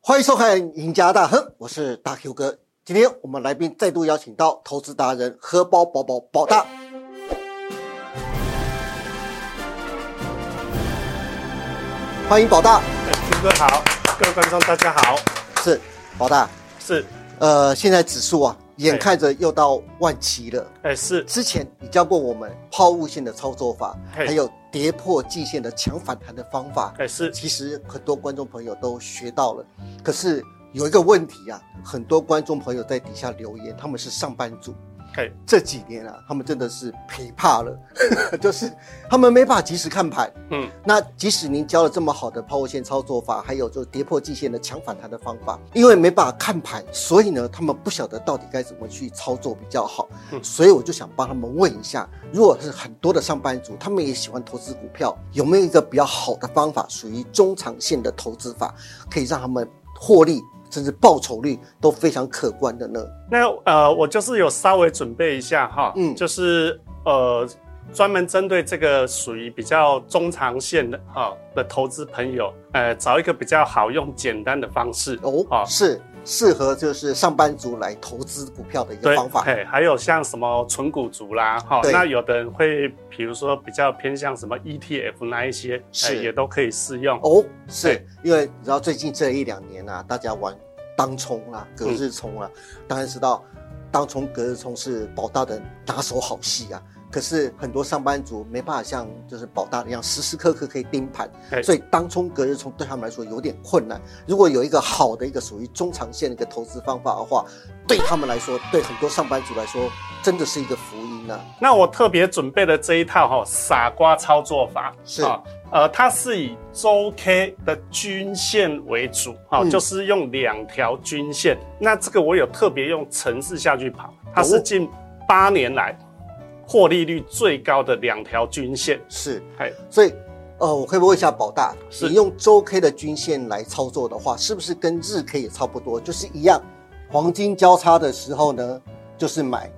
欢迎收看《赢家大亨》，我是大 Q 哥。今天我们来宾再度邀请到投资达人荷包宝宝宝大。欢迎宝大，哎听哥好，各位观众大家好，是宝大。是，呃，现在指数啊，眼看着又到万七了。哎、是，之前你教过我们抛物线的操作法，嘿还有跌破季线的强反弹的方法。哎、是，其实很多观众朋友都学到了，可是有一个问题啊，很多观众朋友在底下留言，他们是上班族，哎、这几年啊，他们真的是赔怕了， 就是他们没办法及时看盘。嗯，那即使您教了这么好的抛物线操作法，还有就是跌破季线的强反弹的方法，因为没办法看盘，所以呢，他们不晓得到底该怎么去操作比较好。嗯所以我就想帮他们问一下，如果是很多的上班族，他们也喜欢投资股票，有没有一个比较好的方法，属于中长线的投资法，可以让他们获利甚至报酬率都非常可观的呢？那呃，我就是有稍微准备一下哈，嗯就是呃，专门针对这个属于比较中长线的哈、的投资朋友，呃，找一个比较好用、简单的方式哦，好是适合就是上班族来投资股票的一个对方，法。嘿，还有像什么纯股族啦，哈、对那有的人会，比如说比较偏向什么 ETF 那一些，哎是也都可以适用。哦，是对因为你知道最近这一两年啊，大家玩当冲啦、隔日冲啦，当然知道当冲、隔日冲是保大的拿手好戏啊。可是很多上班族没办法像就是保大一样时时刻刻可以盯盘，哎所以当冲、隔日冲对他们来说有点困难。如果有一个好的一个属于中长线的一个投资方法的话，对他们来说，对很多上班族来说，真的是一个福音啊。那我特别准备的这一套哈、傻瓜操作法是呃，它是以周 K 的均线为主，哈、嗯就是用两条均线。那这个我有特别用城市下去跑，它哦是近八年来获利率最高的两条均线。是，哎，所以，呃，我可以问一下宝大，是你用周 K 的均线来操作的话，是不是跟日 K 也差不多？就是一样，黄金交叉的时候呢，就是买，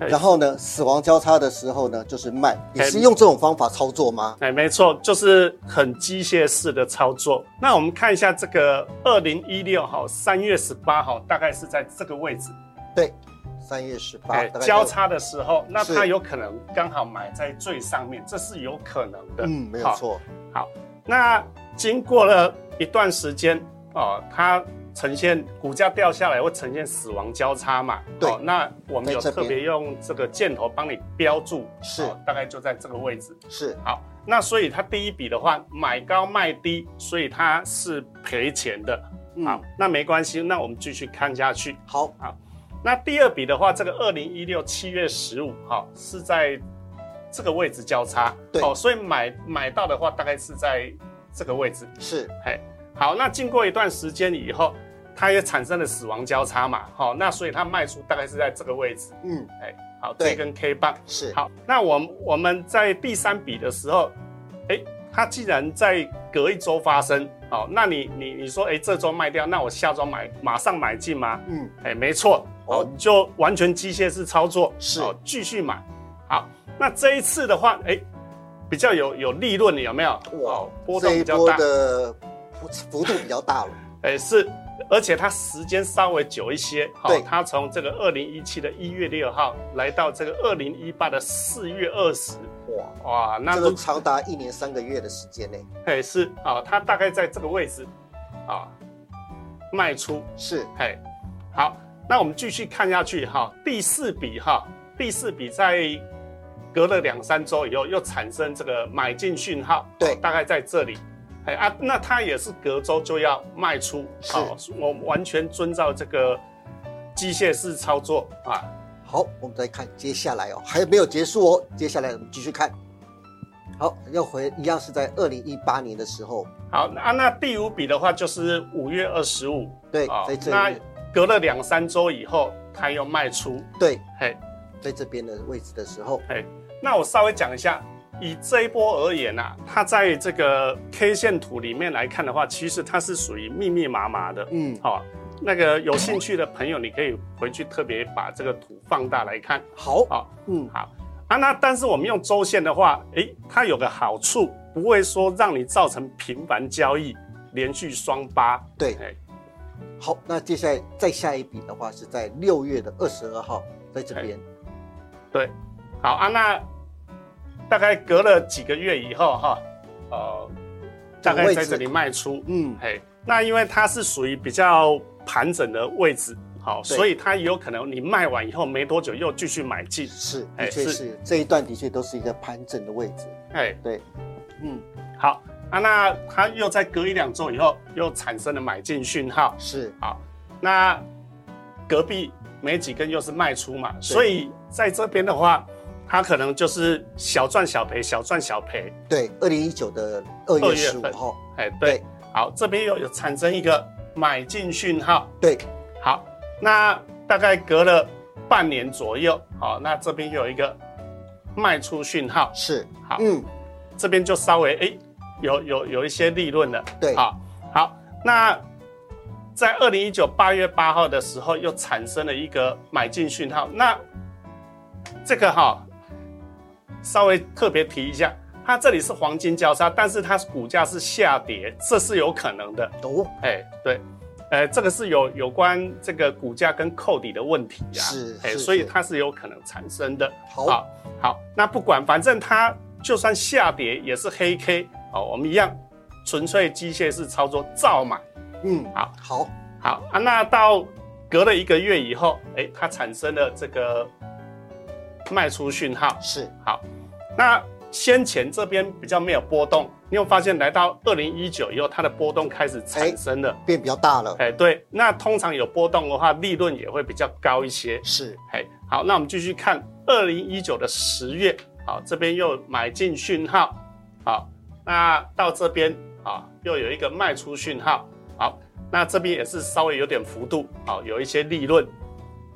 哎然后呢，死亡交叉的时候呢，就是卖，也哎是用这种方法操作吗？哎，没错，就是很机械式的操作。那我们看一下这个二零一六号三月十八号，大概是在这个位置。对，三月十八、哎，大概就交，叉的时候，那是它有可能刚好买在最上面，这是有可能的。嗯，没有好。错，那经过了一段时间哦，它呈现股价掉下来会呈现死亡交叉嘛？对哦那我们有在这特边别用这个箭头帮你标注，哦是大概就在这个位置。是好，那所以它第一笔的话，买高卖低，所以它是赔钱的。嗯好，那没关系，那我们继续看下去。好，那第二笔的话，这个二零一六七月十五号是在这个位置交叉，对哦，所以买买到的话大概是在这个位置。是嘿，好，那经过一段时间以后，它也产生了死亡交叉嘛，好、那所以它卖出大概是在这个位置，嗯哎，好，对这根 K 棒，是好，那我们我们在第三笔的时候，哎，它既然在隔一周发生，好、那你你你说，哎，这周卖掉，那我下周买马上买进吗？嗯哎，没错，哦哦，你就完全机械式操作，是哦，继续买。好，那这一次的话，哎，比较有有利润，有没有？哇哦，波动这一比较波大，的幅幅度比较大了，哎，是，而且它时间稍微久一些，好对它从这个二零一七的一月六号来到这个二零一八的四月二十，哇，哇，那这如个长达一年三个月的时间内，哎是啊、它大概在这个位置啊卖出，是嘿，好，那我们继续看下去哈。第四笔哈，第四笔在隔了两三周以后又产生这个买进讯号，哦对大概在这里。哎啊，那它也是隔周就要卖出，是好，我完全遵照这个机械式操作啊。好，我们再看接下来哦，还没有结束哦，接下来我们继续看。好，要回一样是在二零一八年的时候，好啊，那第五笔的话就是五月二十五，对，啊在这那里，隔了两三周以后，它又卖出，对，嘿，在这边的位置的时候，那我稍微讲一下，以这一波而言啊，它在这个 K 线图里面来看的话，其实它是属于密密麻麻的。嗯，好、那个有兴趣的朋友，你可以回去特别把这个图放大来看。好，好、嗯，好啊，那但是我们用周线的话，诶，它有个好处，不会说让你造成频繁交易、连续双八。对，哎，好，那接下来再下一笔的话是在六月的二十二号，在这边。哎对，好啊，那大概隔了几个月以后哈，呃，大概在这里卖出，嗯，嘿，那因为它是属于比较盘整的位置，好，对所以它有可能你卖完以后没多久又继续买进，是，哎的确是是这一段的确都是一个盘整的位置。哎，对，嗯，好啊，那它又在隔一两周以后又产生了买进讯号，是好，那隔壁没几根又是卖出嘛，所以在这边的话，它可能就是小赚小赔，小赚小赔，对，二零一九的二二月月十五份号，哎，对对，好，这边又有产生一个买进讯号，对，好，那大概隔了半年左右，好，那这边又有一个卖出讯号，是，好，嗯，这边就稍微哎、有有有一些利润了，对好，好，那在二零一九八月八号的时候又产生了一个买进讯号，那这个哈、稍微特别提一下。它这里是黄金交叉，但是它股价是下跌，这是有可能的。哦，哎，对，呃，这个是有有关这个股价跟扣底的问题啊，是哎，是所以是它是有可能产生的。好好，好那不管，反正它就算下跌也是黑 K，好，我们一样纯粹机械式操作照买。嗯，好，好，好啊，那到隔了一个月以后，哎，它产生了这个卖出讯号，是，好，那先前这边比较没有波动，你有发现来到二零一九以后，它的波动开始哎产生了。变比较大了，哎，对，那通常有波动的话，利润也会比较高一些。是，哎，好，那我们继续看二零一九的十月，好，这边又买进讯号，好，那到这边啊又有一个卖出讯号，好，那这边也是稍微有点幅度，好，有一些利润。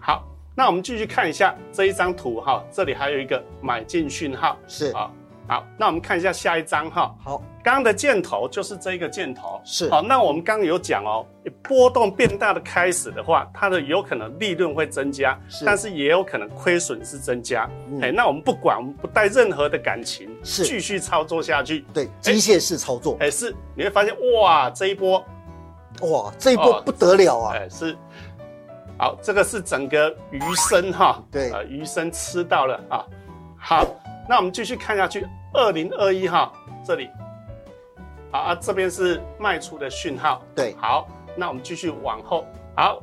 好，那我们继续看一下这一张图哈，这里还有一个买进讯号，是，好，好，那我们看一下下一张哈，好，刚刚的箭头就是这一个箭头，是好。那我们刚刚有讲哦，波动变大的开始的话，它的有可能利润会增加，是但是也有可能亏损是增加。嗯哎，那我们不管，我们不带任何的感情，是继续操作下去。对，机械式操作，哎，是你会发现哇，这一波，哇，这一波哦不得了啊，哎是，好，这个是整个鱼生哈，对呃，鱼生吃到了啊。好，那我们继续看下去，二零二一哈，这里，好啊，这边是卖出的讯号。对，好，那我们继续往后。好，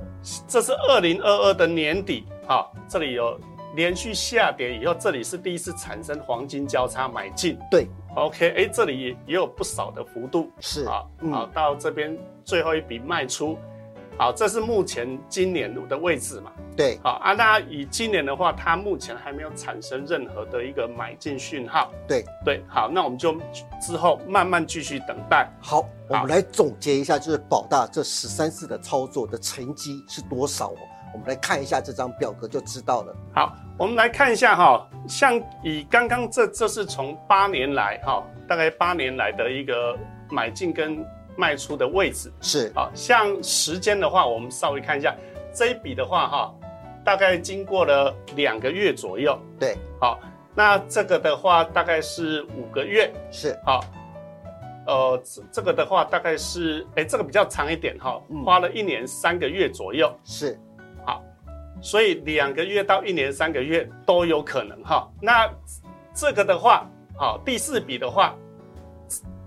这是二零二二的年底，好、这里有连续下跌以后，这里是第一次产生黄金交叉买进。对，OK，哎，这里也也有不少的幅度。是，好，好嗯，，到这边最后一笔卖出。好，这是目前今年的位置嘛？对，好啊，那以今年的话，它目前还没有产生任何的一个买进讯号。对，对，好，那我们就之后慢慢继续等待。好，我们来总结一下，就是宝大这十三次的操作的成绩是多少哦？我们来看一下这张表格就知道了。好，我们来看一下哈、像以刚刚这这是从八年来哈、大概八年来的一个买进跟卖出的位置。是，好，像时间的话，我们稍微看一下这一笔的话哈、大概经过了两个月左右。对，好，那这个的话大概是五个月。是，好，呃，这这个的话大概是，哎，这个比较长一点哈、嗯花了一年三个月左右。是，所以两个月到一年、三个月都有可能哈。那这个的话，好，第四笔的话，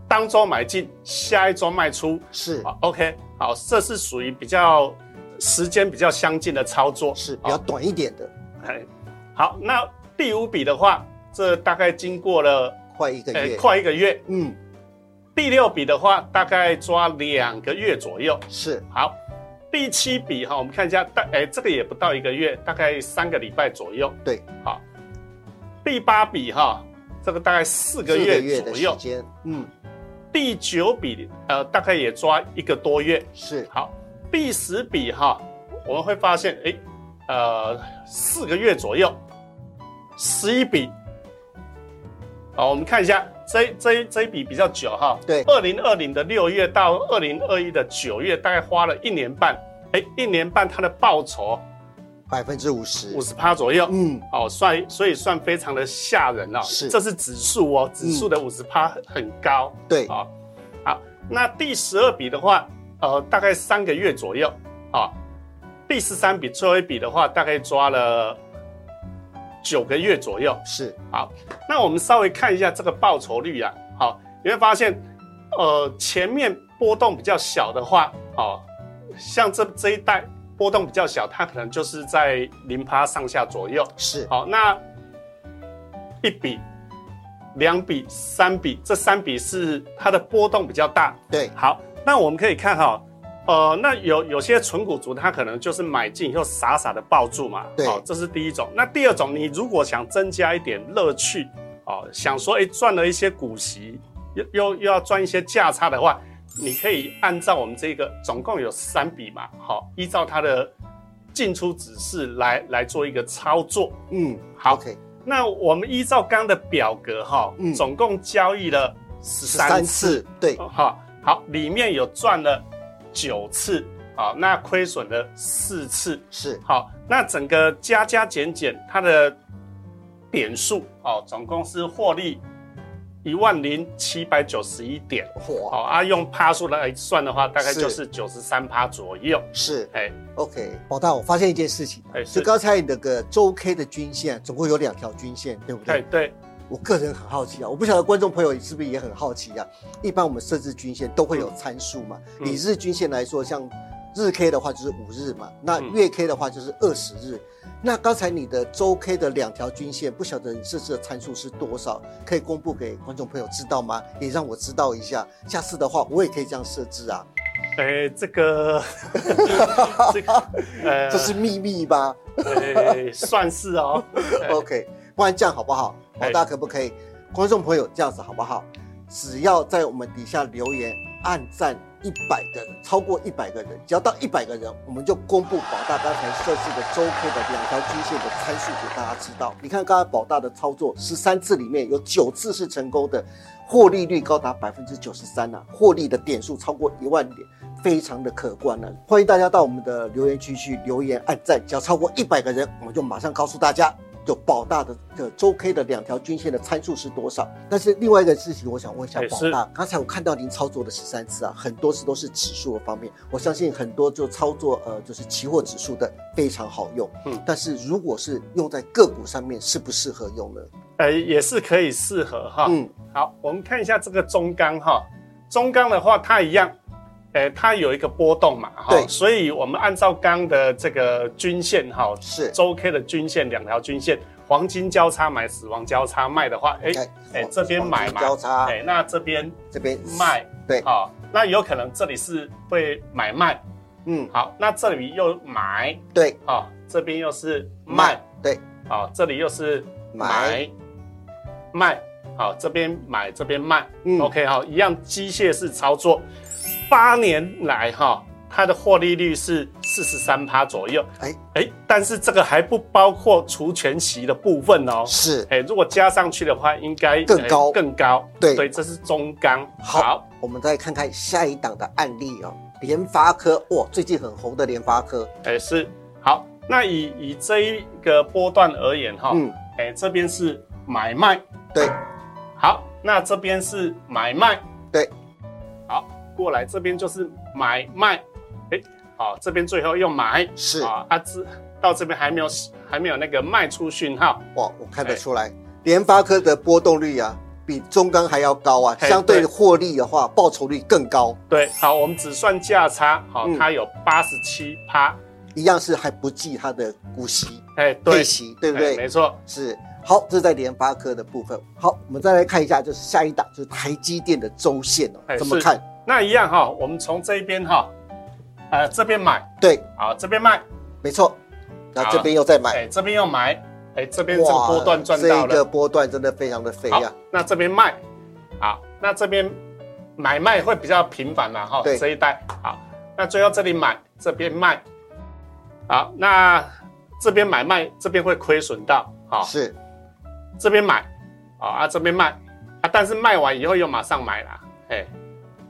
当周买进，下一周卖出，是，好，OK，好，这是属于比较时间比较相近的操作，是比较好，短一点的，哎，好，那第五笔的话，这大概经过了快一个呃月。快一个月，嗯，第六笔的话大概抓两个月左右，是，好。第七笔哈，我们看一下，大哎，这个也不到一个月，大概三个礼拜左右。对，好，第八笔哈，这个大概四四个月月的左时右。间。嗯，第九笔呃，大概也抓一个多月。是，好，第十笔哈，我们会发现，诶，呃，四个月左右，十一笔。好，我们看一下这这一这一笔比较久哈。对二零二零的六月到二零二一的九月，大概花了一年半。诶，一年半它的报酬百分之五十五。十趴左右。嗯，哦，算所以算非常的吓人了、是嗯这是指数哦，指数的五十趴很高对，啊、哦。好，那第十二笔的话，呃大概三个月左右啊。第十三笔最后一笔的话，大概抓了九个月左右。是好，那我们稍微看一下这个报酬率啊，好，你会发现，呃，前面波动比较小的话，哦，像这这一带波动比较小，它可能就是在零趴上下左右。是好，那一笔、两笔、三笔，这三笔是它的波动比较大。对好，那我们可以看哈、呃，那有有些纯股族，他可能就是买进以后傻傻的抱住嘛，对好这是第一种。那第二种，你如果想增加一点乐趣，哦，想说哎赚了一些股息，又又又要赚一些价差的话，你可以按照我们这个总共有三笔嘛，好、依照它的进出指示来来做一个操作。嗯好，OK，那我们依照刚的表格哈、嗯总共交易了十十三次。次对哦好、好，里面有赚了九次，好、那亏损了四次，是好、那整个加加减减，它的点数哦，总共是获利一万零七百九十一点，哇好、啊，用趴数来算的话，大概是就是九十三趴左右，是哎 OK，宝大，我发现一件事情，哎，就是刚才你那个周 K 的均线总共有两条均线，对不对对？对，我个人很好奇啊，我不晓得观众朋友是不是也很好奇啊？一般我们设置均线都会有参数嘛，嗯以日均线来说，像日 K 的话就是五日嘛，那嗯月 K 的话就是二十日。那刚才你的周 K 的两条均线，不晓得你设置的参数是多少，可以公布给观众朋友知道吗？也让我知道一下，下次的话我也可以这样设置啊，哎，这个， 这个，呃，这是秘密吧？哎，算是哦， 哎 OK，不然这样好不好？老哎大可不可以？观众朋友这样子好不好？只要在我们底下留言按赞一百个人，超过一百个人，只要到一百个人，我们就公布宝大刚才设置的周 K 的两条均线的参数给大家知道。你看刚才宝大的操作，十三次里面有九次是成功的，获利率高达百分之九十三呐，获利的点数超过一万点，非常的可观了、欢迎大家到我们的留言区去留言按赞，只要超过一百个人，我们就马上告诉大家有宝大的的周 K 的两条均线的参数是多少。但是另外一个事情，我想问一下哎宝是大，刚才我看到您操作的十三次啊，很多次都是指数的方面，我相信很多就操作呃就是期货指数的非常好用，嗯但是如果是用在个股上面，适不适合用呢？呃，也是可以适合哈。嗯，好，我们看一下这个中钢哈，中钢的话它一样，呃，它有一个波动嘛哈对，所以我们按照钢的这个均线哈，是周 K 的均线两条均线，黄金交叉买，死亡交叉卖的话，哎哎哎这边买嘛交叉，哎，那这边这边卖对，啊，那有可能这里是会买卖，嗯，好，那这里又买对，啊，这边又是卖，对，啊，这里又是买卖，好，这边买这边卖、嗯 o k 好，一样机械式操作。八年来哈，它的获利率是四十三趴左右，哎哎，但是这个还不包括除权息的部分哦。是哎，如果加上去的话，应该更哎高更高。对对，这是中钢。好我们再看看下一档的案例哦，联发科哇，最近很红的联发科，哎是好。那以以这一个波段而言哈，嗯，哎这边是买卖，对好，那这边是买卖，对，好，过来这边就是买卖，哎，好，这边最后又买，是啊，啊，这到这边还没有还没有那个卖出讯号，哇，我看得出来，联发科的波动率啊，比中钢还要高啊，哎相对对获利的话，报酬率更高，对，好，我们只算价差，好，嗯它有八十七趴，一样是还不计它的股息哎，配对，息，对不哎对？没错，是。好，这是在联发科的部分。好，我们再来看一下，就是下一档就是台积电的周线哦，哎怎么是看？那一样哈，我们从这一边哈，呃，这边买，对，好，这边卖，没错。那好这边又再买，哎，这边又买，哎，这边这个波段赚到这个了，波段真的非常的肥好呀、，那这边卖，好，那这边买卖会比较频繁啦哈对，这一带好，那最后这里买，这边卖，好，那这边买卖这边会亏损到，好，是这边买，好啊这边卖，啊但是卖完以后又马上买啦，哎，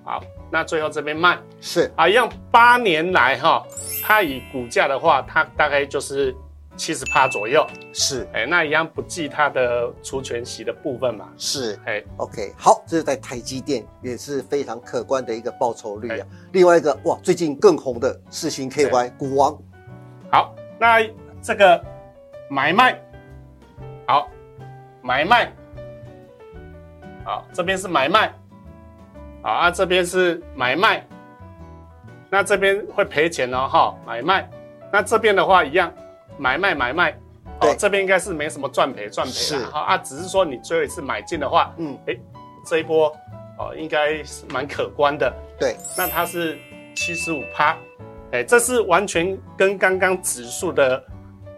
好，那最后这边卖，是啊一样八年来哈，它以股价的话，它大概就是七十趴左右，是哎，那一样不计它的除权息的部分嘛，是哎， ，OK，好，这是在台积电也是非常可观的一个报酬率啊。哎另外一个哇，最近更红的四星 KY 股王，好，那这个买卖，好，买卖，好，这边是买卖，好啊，这边是买卖，那这边会赔钱哦，哈，买卖，那这边的话一样，买卖买卖，哦对，这边应该是没什么赚赔赚赔是啦，好啊，只是说你最后一次买进的话，嗯，这一波哦应该是蛮可观的，对，那它是七十五趴，哎，这是完全跟刚刚指数的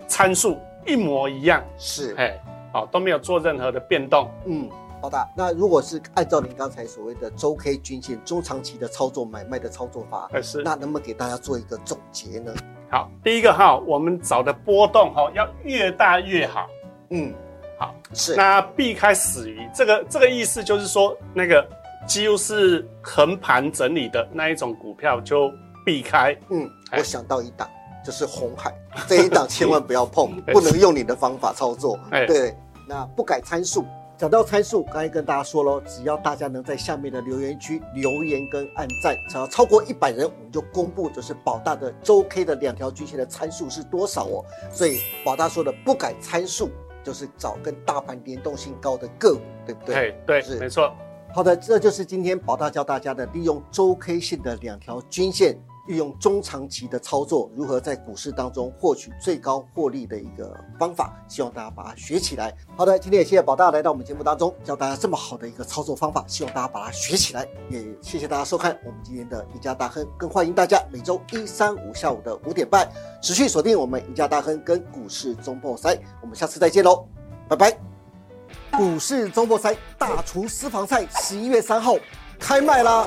参数一模一样，是，哎，好、都没有做任何的变动，嗯，好的。那如果是按照您刚才所谓的周 K 均线中长期的操作买卖的操作法，哎是那能不能给大家做一个总结呢？好，第一个哈、我们找的波动哈、要越大越好，嗯，好，是，那避开死鱼，这个这个意思就是说，那个几乎是横盘整理的那一种股票就避开，嗯，哎，我想到一档，就是红海这一档，千万不要碰 哎不能用你的方法操作。哎对，那不改参数。讲到参数，刚才跟大家说喽，只要大家能在下面的留言区留言跟按赞，只要超过一百人，我们就公布就是宝大的周 K 的两条均线的参数是多少哦。所以宝大说的不改参数，就是找跟大盘联动性高的个股，对不对？哎，对是，没错，好的，这就是今天宝大教大家的利用周 K 线的两条均线，利用中长期的操作，如何在股市当中获取最高获利的一个方法。希望大家把它学起来。好的，今天也谢谢宝大来到我们节目当中，教大家这么好的一个操作方法，希望大家把它学起来。也谢谢大家收看我们今天的赢家大亨，更欢迎大家每周一、三、五下午的五点半持续锁定我们赢家大亨跟股市中破塞。我们下次再见喽，拜拜。股市周末赛大厨私房菜十一月三号开卖啦！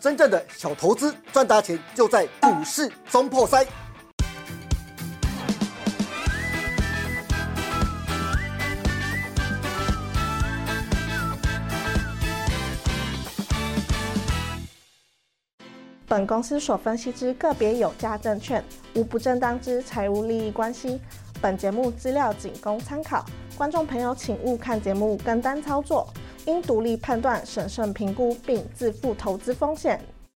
真正的小投资赚大钱，就在股市中破塞。本公司所分析之个别有价证券，无不正当之财务利益关系。本节目资料仅供参考，观众朋友请勿看节目跟单操作，应独立判断、审慎评估并自负投资风险。